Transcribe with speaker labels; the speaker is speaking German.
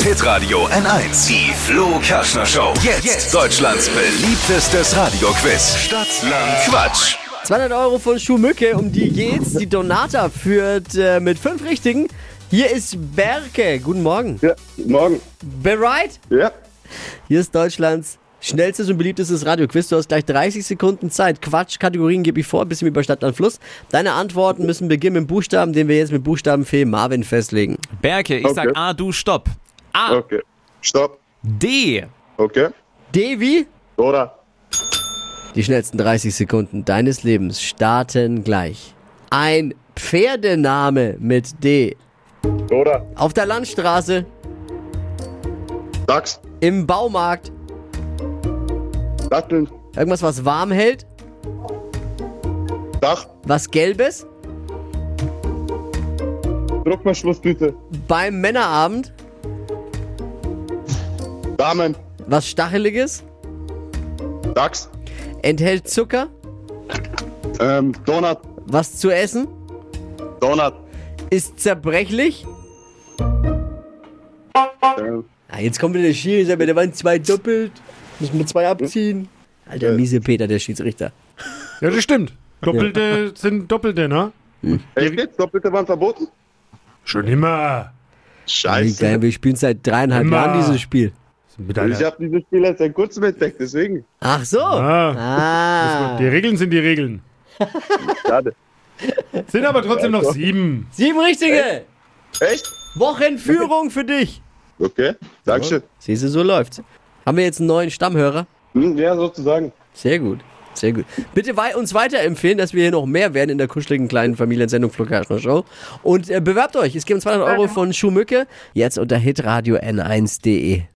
Speaker 1: Hitradio N1. Die Flo Kaschner Show. Jetzt, Deutschlands beliebtestes Radioquiz. Stadt, Land, Quatsch.
Speaker 2: 200 Euro von Schuhmücke, um die geht's. Die Donata führt äh, mit fünf Richtigen. Hier ist Berke. Guten Morgen.
Speaker 3: Ja, morgen.
Speaker 2: Bereit?
Speaker 3: Ja.
Speaker 2: Hier ist Deutschlands schnellstes und beliebtestes Radioquiz. Du hast gleich 30 Sekunden Zeit. Quatsch, Kategorien gebe ich vor, ein bisschen über Stadt, Land, Fluss. Deine Antworten müssen beginnen mit Buchstaben, den wir jetzt mit Buchstabenfee Marvin festlegen.
Speaker 4: Berke, ich sag
Speaker 3: Okay.
Speaker 4: A, du stopp. A,
Speaker 3: Okay. Stopp.
Speaker 4: D.
Speaker 3: Okay.
Speaker 2: D wie?
Speaker 3: Oder.
Speaker 2: Die schnellsten 30 Sekunden deines Lebens starten gleich. Ein Pferdename mit D.
Speaker 3: Oder.
Speaker 2: Auf der Landstraße,
Speaker 3: Dachs.
Speaker 2: im Baumarkt,
Speaker 3: Datteln.
Speaker 2: irgendwas, was warm hält,
Speaker 3: Dach.
Speaker 2: was Gelbes,
Speaker 3: Druckverschlusstüte.
Speaker 2: beim Männerabend,
Speaker 3: Damen.
Speaker 2: was Stacheliges,
Speaker 3: Dachs.
Speaker 2: enthält Zucker,
Speaker 3: Ähm, Donut.
Speaker 2: was zu essen,
Speaker 3: Donut.
Speaker 2: ist zerbrechlich.
Speaker 3: Ähm,
Speaker 2: Ah, jetzt kommt wieder der Schiri, bitte waren zwei doppelt, müssen wir zwei abziehen. Alter, miese Peter, der Schiedsrichter.
Speaker 5: Ja, das stimmt. Doppelte sind Doppelte, ne?
Speaker 3: echt jetzt? Doppelte waren verboten?
Speaker 5: Schon immer.
Speaker 2: Wie geil, wir spielen seit dreieinhalb
Speaker 5: Immer.
Speaker 2: Jahren dieses Spiel.
Speaker 5: Mit
Speaker 3: Ich
Speaker 5: einer,
Speaker 3: habe dieses Spiel erst seit kurzem entdeckt, deswegen.
Speaker 2: Ach so. Ah.
Speaker 5: die Regeln sind die Regeln.
Speaker 3: Schade.
Speaker 5: Sind aber trotzdem noch sieben.
Speaker 2: Sieben richtige.
Speaker 3: Echt?
Speaker 2: Wochenführung für dich.
Speaker 3: Okay. Dankeschön.
Speaker 2: Siehst du, so läuft's. Haben wir jetzt einen neuen Stammhörer?
Speaker 3: Hm, ja, sozusagen.
Speaker 2: Sehr gut. Sehr gut. Bitte wei uns weiterempfehlen, dass wir hier noch mehr werden in der kuscheligen kleinen Familiensendung Flo Kerschner Show. Und äh, bewerbt euch. Es gibt 200 Euro von Schuhmücke. Jetzt unter hitradio n1.de.